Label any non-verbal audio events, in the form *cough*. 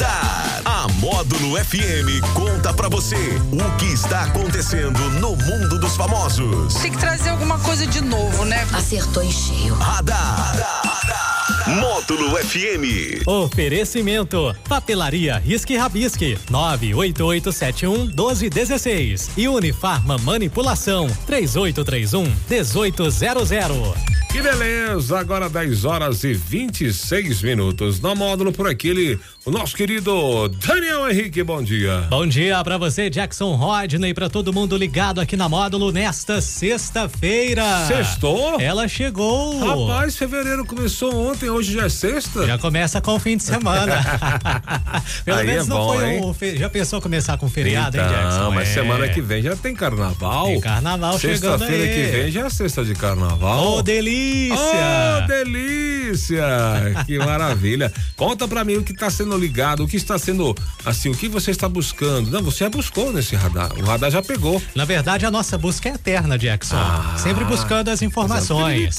Radar. A Módulo FM conta pra você o que está acontecendo no mundo dos famosos. Tem que trazer alguma coisa de novo, né? Acertou em cheio. Radar. Módulo FM. Oferecimento: Papelaria Risque Rabisque 98871 1216 e Unifarma Manipulação 3831 1800. Que beleza! Agora 10 horas e 26 minutos. No módulo por aqui, ele, o nosso querido Daniel Henrique, bom dia. Bom dia pra você, Jackson Rodney, pra todo mundo ligado aqui na Módulo nesta sexta-feira. Sextou? Ela chegou. Rapaz, fevereiro começou ontem, hoje já é sexta. Já começa com o fim de *laughs* semana. Pelo Aí menos é não bom, foi hein? um. fe- Já pensou começar com feriado, hein, Jackson? Então, mas É. semana que vem já tem carnaval. Tem carnaval chegando Sexta-feira aí. que vem já é sexta de carnaval. Ô, delícia! Oh, delícia! Que maravilha! Conta pra mim o que tá sendo ligado, o que está sendo, assim, o que você está buscando. Não, você já buscou nesse radar. O radar já pegou. Na verdade, a nossa busca é eterna, Jackson. Ah, Sempre buscando as informações.